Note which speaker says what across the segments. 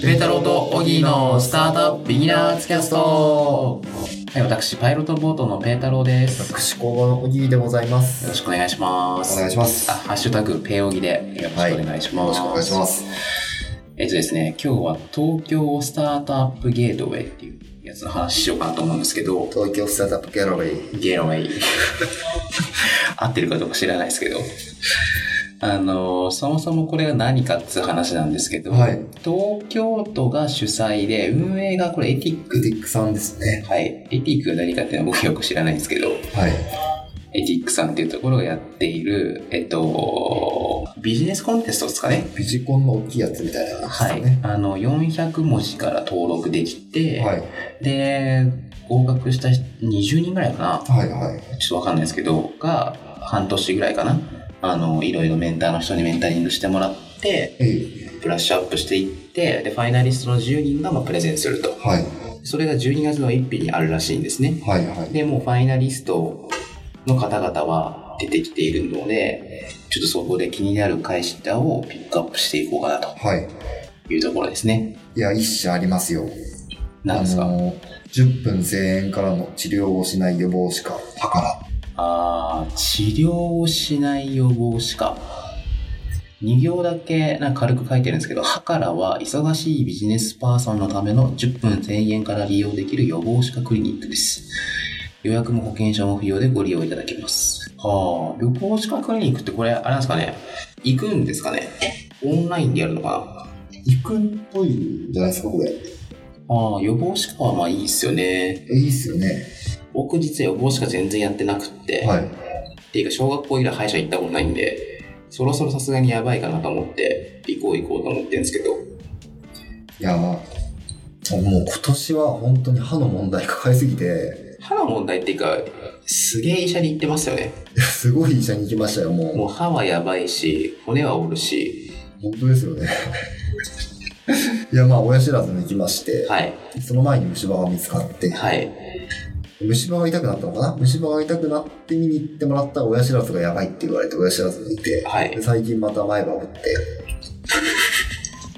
Speaker 1: ペータローとオギーのスタートアップビギナーズキャストはい、私、パイロットボートのペータローです。よ
Speaker 2: 私工房のおぎりでございます。
Speaker 1: ろしくお願いします。
Speaker 3: お願いします
Speaker 1: あ、ハッシュタグ、ペオギでよろしくお願いします。
Speaker 3: お願いします。
Speaker 1: えっとですね、今日は東京スタートアップゲートウェイっていうやつの話しようかなと思うんですけど、
Speaker 3: 東京スタートアップギャラリー。
Speaker 1: ゲロウェイ。 合ってるかどうか知らないですけど。あの、そもそもこれが何かっつう話なんですけど、
Speaker 3: はい
Speaker 1: 東京都が主催で、運営がこれエティック
Speaker 3: グディックさんですね。
Speaker 1: はい。エティックが何かっていうのは僕よく知らないんですけど、
Speaker 3: はい。
Speaker 1: エティックさんっていうところがやっている、えっと、ビジネスコンテストですかね。
Speaker 3: ビジコンの大きいやつみたいな
Speaker 1: は
Speaker 3: 感
Speaker 1: い
Speaker 3: じです。ね。
Speaker 1: あの、400文字から登録できて、
Speaker 3: はい。
Speaker 1: で、合格した人20人ぐらいかな。
Speaker 3: はいはい。
Speaker 1: ちょっとわかんないですけど、が、半年ぐらいかな。あの、いろいろメンターの人にメンタリングしてもらって、
Speaker 3: えい。
Speaker 1: ブラッシュアップしていって、で、ファイナリストの10人がまあプレゼンすると。
Speaker 3: はい。
Speaker 1: それが12月の1日にあるらしいんですね。
Speaker 3: はいはい。
Speaker 1: でもうファイナリストの方々は出てきているので、ちょっとそこで気になる会社をピックアップしていこうかなと
Speaker 3: はい。
Speaker 1: いうところですね。
Speaker 3: いや、一社ありますよ。
Speaker 1: なんですか、
Speaker 3: あのー、10分1000円からの治療をしない予防しか、だか
Speaker 1: あー治療をしない予防しか。2行だけなんか軽く書いてるんですけど、ハカラは忙しいビジネスパーソンのための10分1000円から利用できる予防歯科クリニックです。予約も保険証も不要でご利用いただけます。はあ、旅行歯科クリニックってこれ、あれなんですかね行くんですかねオンラインでやるのか
Speaker 3: ら、行くっぽいんじゃないですか、これ。え、
Speaker 1: なああ、予防歯科はまあいいですよね。
Speaker 3: いいっすよね。
Speaker 1: 僕実は予防歯科全然やってなくって、
Speaker 3: はい。
Speaker 1: っていうか小学校以来歯医者行ったことないんでそろそろさすがにやばいかなと思って行こう行こうと思ってるんですけど
Speaker 3: いや、もう今年は本当に歯の問題抱えすぎて、
Speaker 1: 歯の問題っていうかすげえ医者に行ってますよね
Speaker 3: いやすごい医者に行きましたよ、もう。
Speaker 1: もう歯はやばいし骨は折るし
Speaker 3: 本当ですよね。 いや、まあ、親知らず抜きまして、
Speaker 1: はい
Speaker 3: その前に虫歯が見つかって、
Speaker 1: はい
Speaker 3: 虫歯が痛くなったのかな虫歯が痛くなって見に行ってもらったら親知らずがやばいって言われて親知らず抜いて、
Speaker 1: はい
Speaker 3: で最近また前歯折って、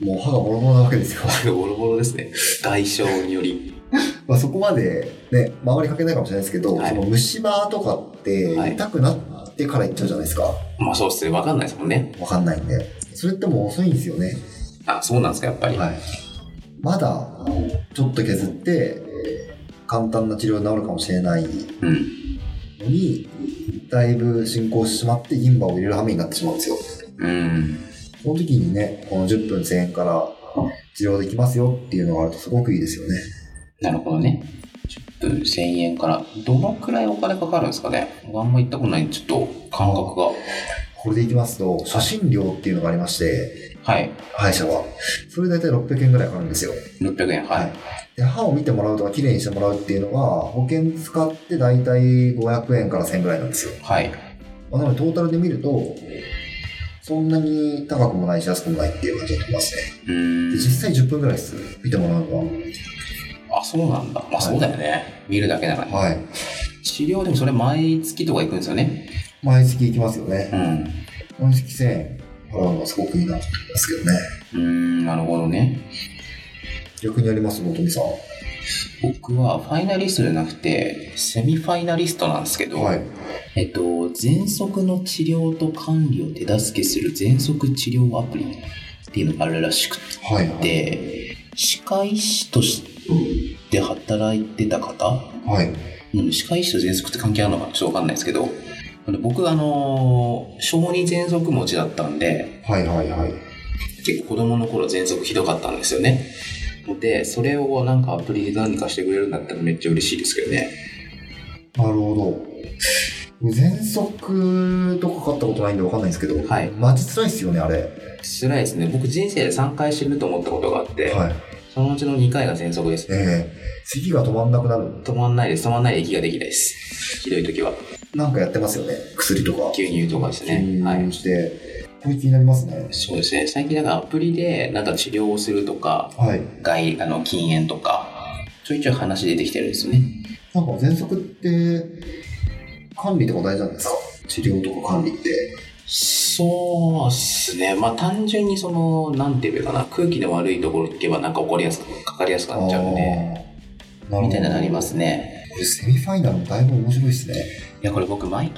Speaker 3: もう歯がボロボロなわけですよ。
Speaker 1: ボロボロですね外傷により
Speaker 3: まあそこまでね、周りかけないかもしれないですけど、
Speaker 1: はい
Speaker 3: その虫歯とかって
Speaker 1: はい
Speaker 3: 痛くなってから行っちゃうじゃないですか。わ
Speaker 1: まあそうっすね分かんないですもんね
Speaker 3: かんないんで。それってもう遅いんですよね。
Speaker 1: あそうなんですかやっぱり、
Speaker 3: はい、まだちょっと削ってえー簡単な治療に治るかもしれないの
Speaker 1: うん
Speaker 3: にだいぶ進行してしまって銀歯を入れる羽目になってしまうんですよ
Speaker 1: うん
Speaker 3: この時にねこの10分1000円から治療できますよっていうのがあるとすごくいいですよね
Speaker 1: なるほどね10分1000円からどのくらいお金かかるんですかね僕あんま行ったことないんでちょっと感覚が
Speaker 3: これでいきますと初診料っていうのがありまして
Speaker 1: はい
Speaker 3: 歯医者はそれ大体600円ぐらいかかるんですよ
Speaker 1: 600円はい
Speaker 3: で歯を見てもらうとか綺麗にしてもらうっていうのは保険使って大体500円から1000円ぐらいなんですよ
Speaker 1: はい
Speaker 3: まあ、なのでトータルで見ると、そんなに高くもないし安くもないっていう感じだと思いますね。
Speaker 1: う
Speaker 3: で
Speaker 1: ん
Speaker 3: 実際10分ぐらいです。見てもらうの
Speaker 1: あそうなんだまあ
Speaker 3: い
Speaker 1: そうだよね、見るだけだから、
Speaker 3: は。はい。
Speaker 1: 治療でもそれ毎月とか行くんですよね
Speaker 3: 毎月行きますよね。
Speaker 1: うん
Speaker 3: 毎月1000円払うのはすごくいいなと思いますけどね。
Speaker 1: うーんなるほどね
Speaker 3: 逆にあります、本富さん。
Speaker 1: 僕はファイナリストじゃなくてセミファイナリストなんですけど、
Speaker 3: はい。
Speaker 1: えっと喘息の治療と管理を手助けする喘息治療アプリっていうのがあるらしく
Speaker 3: はい、はい。
Speaker 1: て歯科医師として働いてた方
Speaker 3: はい。
Speaker 1: うん、歯科医師と喘息って関係あるのかちょっとわかんないですけど、僕、あのー小児喘息持ちだったんで、
Speaker 3: はい、はい、はい。
Speaker 1: 結構子供の頃喘息ひどかったんですよね。で、それをなんかアプリで何かしてくれるんだったらめっちゃ嬉しいですけどね。
Speaker 3: なるほど。喘息とかかったことないんでわかんないんですけど、
Speaker 1: はい
Speaker 3: マジ辛いですよね、あれ。
Speaker 1: 辛いですね。僕人生で3回死ぬと思ったことがあって、
Speaker 3: はい。
Speaker 1: そのうちの2回が喘息です。
Speaker 3: ええ咳が止まんなくなる。
Speaker 1: 止まんないです。止まんないで息ができないです。ひどい時は。
Speaker 3: なんかやってますよね。薬とか。
Speaker 1: 牛乳とかですね。は
Speaker 3: 入
Speaker 1: い
Speaker 3: 院。して、これ気になりますね。
Speaker 1: そうですね。最近なんかアプリでなんか治療をするとか、
Speaker 3: はい。
Speaker 1: 外、あの、禁煙とか、ちょいちょい話出てきてるんですよね。
Speaker 3: なんか喘息って、管理とか大事なんですか治療とか管理って。
Speaker 1: そうですね。まあ単純にその、なんていうかな、空気の悪いところ行けばなんか起こりやすく、かかりやすくなっちゃうんで、
Speaker 3: あーなるほど
Speaker 1: みたいなのありますね。
Speaker 3: これセミファイナルもだいぶ面白いですね。
Speaker 1: いや、これ僕毎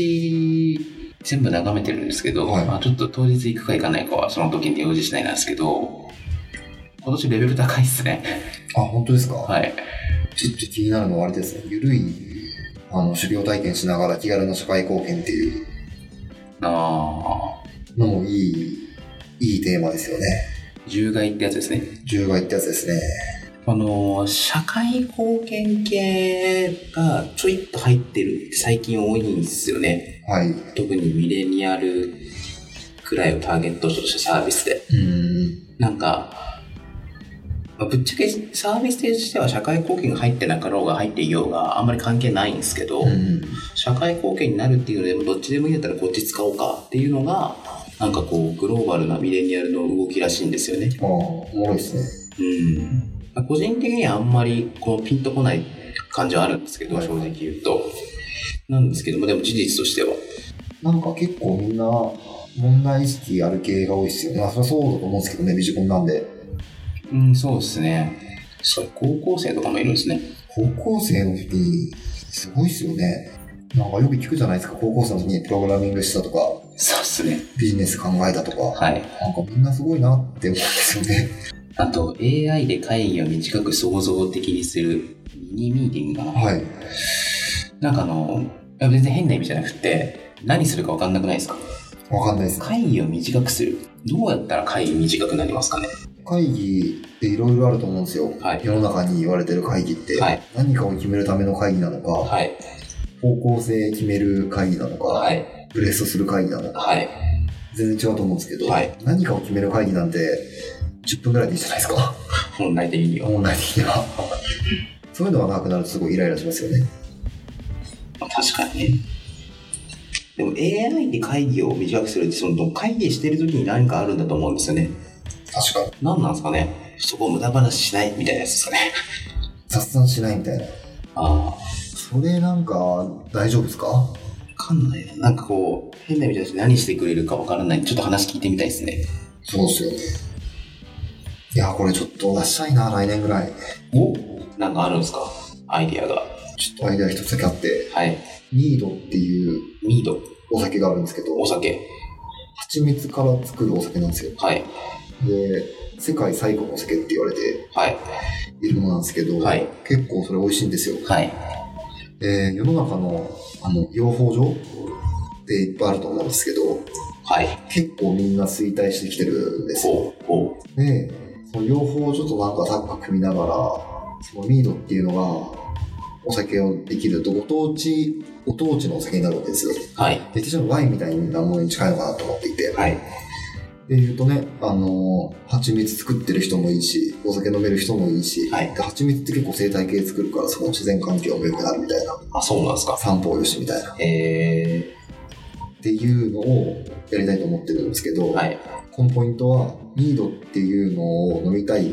Speaker 1: 年全部眺めてるんですけど、
Speaker 3: はい
Speaker 1: まあ、ちょっと当日行くか行かないかはその時に用事しないなんですけど、今年レベル高いっすね。
Speaker 3: あ、本当ですか、
Speaker 1: はい。
Speaker 3: ちょっと気になるのはあれですね。ゆるい、あの、修行体験しながら気軽な社会貢献っていう
Speaker 1: ああ、
Speaker 3: のもいい、いいテーマですよね。
Speaker 1: 獣害ってやつですね。
Speaker 3: 獣害ってやつですね。
Speaker 1: あのー、社会貢献系がちょいっと入ってるって最近多いんですよね。
Speaker 3: はい。う
Speaker 1: 特にミレニアルくらいをターゲットとしたサービスで。
Speaker 3: ーん。
Speaker 1: なんか、まあぶっちゃけサービスとしては社会貢献が入ってなかろうが入っていようがあんまり関係ないんですけど、
Speaker 3: うん。
Speaker 1: 社会貢献になるっていうのでもどっちでもいいんだったらこっち使おうかっていうのがなんかこうグローバルなミレニアルの動きらしいんですよね。
Speaker 3: ああ、おもろいですね。
Speaker 1: うんまあ個人的にはあんまりこうピンとこない感じはあるんですけど、
Speaker 3: はい
Speaker 1: 正直言うと。なんですけどもでも事実としては。
Speaker 3: なんか結構みんな、問題意識ある系が多いですよね。まあ、そりゃそうだと思うんですけどね、ビジコンなんで。
Speaker 1: うん、そうですね。そう高校生とかもいるんですね。
Speaker 3: 高校生の時に、すごいですよね。なんかよく聞くじゃないですか、高校生の時にプログラミングしたとか、
Speaker 1: そうですね。
Speaker 3: ビジネス考えたとか、
Speaker 1: はい。
Speaker 3: なんかみんなすごいなって思うんですよね。
Speaker 1: あと AI で会議を短く想像的にするミニミーティングかな。
Speaker 3: はい。
Speaker 1: なんかあの、いや全然変な意味じゃなくて、何するか分かんなくないですか
Speaker 3: わかんないです。
Speaker 1: 会議を短くする。どうやったら会議短くなりますかね
Speaker 3: 会議っていろいろあると思うんですよ。
Speaker 1: はい
Speaker 3: 世の中に言われてる会議って、
Speaker 1: はい
Speaker 3: 何かを決めるための会議なのか、
Speaker 1: はい。
Speaker 3: 方向性決める会議なのか、
Speaker 1: はい。
Speaker 3: ブレストする会議なのか、
Speaker 1: はい。
Speaker 3: 全然違うと思うんですけど、
Speaker 1: はい
Speaker 3: 何かを決める会議なんて、10分ぐらいでいいじゃないですか。
Speaker 1: 本来的には。
Speaker 3: 問題的に は。そういうのがなくなるとすごいイライラしますよね。
Speaker 1: 確かにね。でも AI で会議を短くするって、その会議してる時に何かあるんだと思うんですよね。
Speaker 3: 確かに。
Speaker 1: 何なんですかねそこ無駄話しないみたいなやつですかね。
Speaker 3: 雑談しないみたいな。
Speaker 1: ああ。
Speaker 3: それなんか、大丈夫ですか
Speaker 1: わかんないな。なんかこう、変な意味じゃなくて何してくれるかわからない。ちょっと話聞いてみたいですね。
Speaker 3: そうですよね。いや、これちょっと出したいな、来年ぐらい。
Speaker 1: おなんかあるんですかアイディアが。
Speaker 3: ちょっとアイデア一つだけあって、
Speaker 1: はい。
Speaker 3: ニードっていう
Speaker 1: ミード、
Speaker 3: お酒があるんですけど、
Speaker 1: お酒。
Speaker 3: 蜂蜜から作るお酒なんですよ。
Speaker 1: はい。
Speaker 3: で、世界最古のお酒って言われて
Speaker 1: はい。
Speaker 3: いるものなんですけど、
Speaker 1: はい
Speaker 3: 結構それ美味しいんですよ。
Speaker 1: はい。
Speaker 3: で、世の中のあの養蜂場っていっぱいあると思うんですけど、
Speaker 1: はい。
Speaker 3: 結構みんな衰退してきてるんですよ。
Speaker 1: おお
Speaker 3: で、その養蜂所となんかタッグ組みながら、そのミードっていうのが、お酒をできると、ご当地、ご当地のお酒になるわけですよ。
Speaker 1: はい。
Speaker 3: で、一応ワインみたいなものに近いのかなと思っていて。
Speaker 1: はい。
Speaker 3: で言うとね、あのー蜂蜜作ってる人もいいし、お酒飲める人もいいし、
Speaker 1: はい
Speaker 3: で蜂蜜って結構生態系作るから、その自然環境も良くなるみたいな、
Speaker 1: あ、そうなんですか。
Speaker 3: 散歩をよしみたいな、
Speaker 1: え
Speaker 3: っていうのをやりたいと思ってるんですけど、
Speaker 1: ー、はい。
Speaker 3: このポイントは、ニードっていうのを飲みたい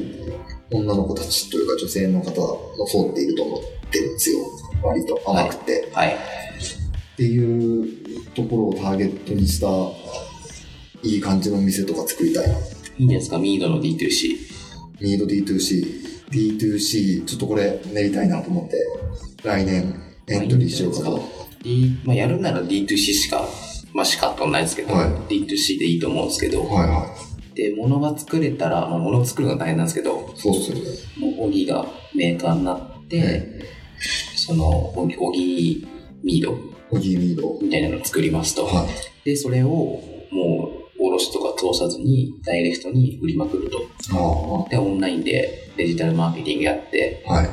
Speaker 3: 女の子たちというか女性の方の層っていると思ってるんですよ、割と甘くて。
Speaker 1: はい。
Speaker 3: っていうところをターゲットにした、いい感じの店とか作りたいな。
Speaker 1: いいんですかミードの D2C。
Speaker 3: ミード D2C、D2C、ちょっとこれ練りたいなと思って、来年エントリーしようかと。
Speaker 1: D、まあ、やるなら D2C しか、まあ、しかとはないですけど、
Speaker 3: はい
Speaker 1: D2C でいいと思うんですけど、
Speaker 3: はいは
Speaker 1: で、物が作れたら、まあ、物を作るのが大変なんですけど、
Speaker 3: い。そうっすよね。
Speaker 1: もうオギがメーカーになって、
Speaker 3: え
Speaker 1: そのオギオギミード
Speaker 3: オギーミード。
Speaker 1: みたいなのを作りますと、
Speaker 3: はい。
Speaker 1: でそれをもう卸とか通さずにダイレクトに売りまくると
Speaker 3: あ
Speaker 1: でオンラインでデジタルマーケティングやって
Speaker 3: あ。はい。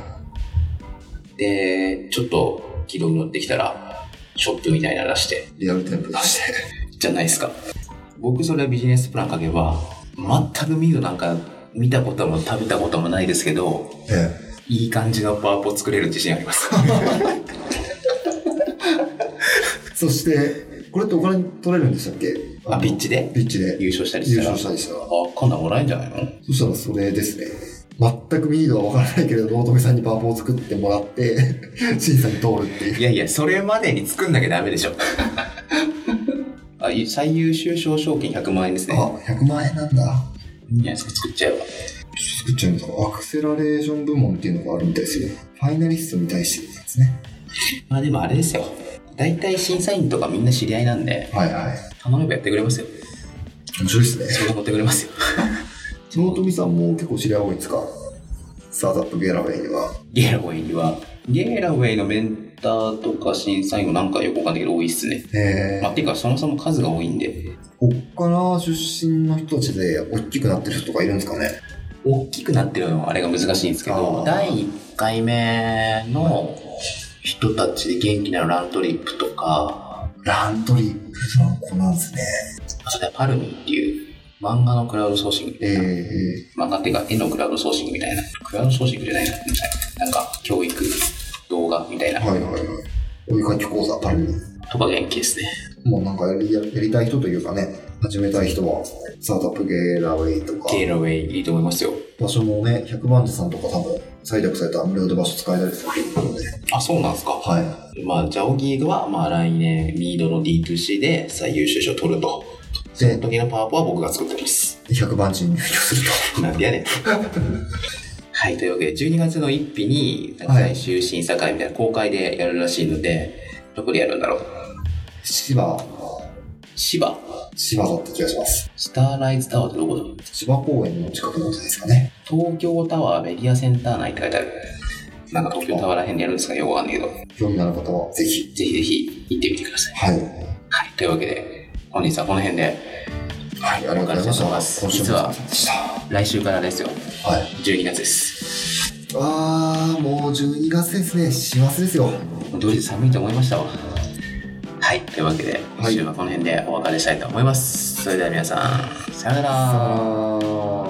Speaker 1: でちょっと軌道に乗ってきたらショップみたいなの出して
Speaker 3: リアル店舗出して。
Speaker 1: じゃないですか僕それはビジネスプラン書けば全くミードなんか見たことも食べたこともないですけど
Speaker 3: え
Speaker 1: いい感じのパワーポ作れる自信あります
Speaker 3: え。そして、これってお金取れるんでしたっけ
Speaker 1: あピッチで
Speaker 3: ピッチで
Speaker 1: 優勝したりし
Speaker 3: 優
Speaker 1: たら
Speaker 3: 勝したりしたら。
Speaker 1: あ、かんだもらえんじゃないの
Speaker 3: そしたらそれですね。全くミードは分からないけれど、納富さんにパーポを作ってもらって、 審査に通るっていう。
Speaker 1: いやいや、それまでに作んなきゃダメでしょ。 あい最優秀賞賞金100万円ですね。
Speaker 3: あ、100万円なんだ。
Speaker 1: いいんじゃないですか、作っちゃえば。
Speaker 3: 作っちゃうんですかアクセラレーション部門っていうのがあるみたいですよ。ファイナリストに対してですね。
Speaker 1: まあでもあれですよ。大体審査員とかみんな知り合いなんで、
Speaker 3: はいはい。
Speaker 1: 頼めばやってくれますよ。
Speaker 3: 面白いですね。
Speaker 1: そんな持ってくれますよ。
Speaker 3: 能富さんも結構知り合い多いんですかスタートアップギャラウェイには。
Speaker 1: ゲラウェイには、ゲラウェイのメンターとか審査員もなんかよくわかんないけど多いっすね。
Speaker 3: え
Speaker 1: まあ、ていうかそもそも数が多いんで、
Speaker 3: こっから出身の人たちで大きくなってる人とかいるんですかね
Speaker 1: 大きくなってるのはあれが難しいんですけ
Speaker 3: あ
Speaker 1: ど
Speaker 3: ー、
Speaker 1: 第1回目の人たちで元気なラントリップとか、
Speaker 3: ラントリープの子なんですね。
Speaker 1: あそれはパルミっていう漫画のクラウドソーシングみたいな、
Speaker 3: え
Speaker 1: 漫画っていうか絵のクラウドソーシングみたいな、クラウドソーシングじゃないな、ごめんなさいなんか教育、動画みたいな、
Speaker 3: ー、はいはいはい。お湯かき講座パルミ。
Speaker 1: とか元気ですね。
Speaker 3: もうなんかやりややりたい人というかね、始めたい人は、スタートアップギャラウェイとか、
Speaker 1: ゲラウェイいいと思いますよ。
Speaker 3: 場所もね、百番地さんとか多分、採択された無料で場所使えたりするということで。
Speaker 1: あ、そうなんですか。
Speaker 3: は
Speaker 1: まあ、ジャオギーグは、まあ、来年、ミードの D2C で最優秀賞を取ると。
Speaker 3: い。で、
Speaker 1: 時のパワーポは僕が作っております。
Speaker 3: 100番地に入居する
Speaker 1: なんでやねん。 はい、というわけで、12月の1日に、なんか
Speaker 3: はい
Speaker 1: 最終審査会みたいな公開でやるらしいので、どこでやるんだろう。
Speaker 3: と。千葉、
Speaker 1: 千葉
Speaker 3: 千葉だった気がします。
Speaker 1: スターライズタワーってどこだ
Speaker 3: 千葉公園の近くのことですかね。
Speaker 1: 東京タワーメディアセンター内って書いてある。なんか東京タワーら辺でやるんですかよくわかんないけど、ぜ
Speaker 3: 興味のある方は、ぜひ。
Speaker 1: ひぜひ行ってみてください。
Speaker 3: は
Speaker 1: は
Speaker 3: い。
Speaker 1: い、というわけで、本日はこの辺で、
Speaker 3: はい、ありがとうございました。今週
Speaker 1: 実
Speaker 3: もお疲
Speaker 1: は
Speaker 3: れ様でした。
Speaker 1: 来週からですよ。
Speaker 3: はい。
Speaker 1: 12月です。
Speaker 3: あー、もう12月ですね。師走ですよ。
Speaker 1: どうりで寒いと思いましたわ。はい、というわけで、今週はこの辺でお別れしたいと思います。それでは皆さん、さよなら。
Speaker 3: あー。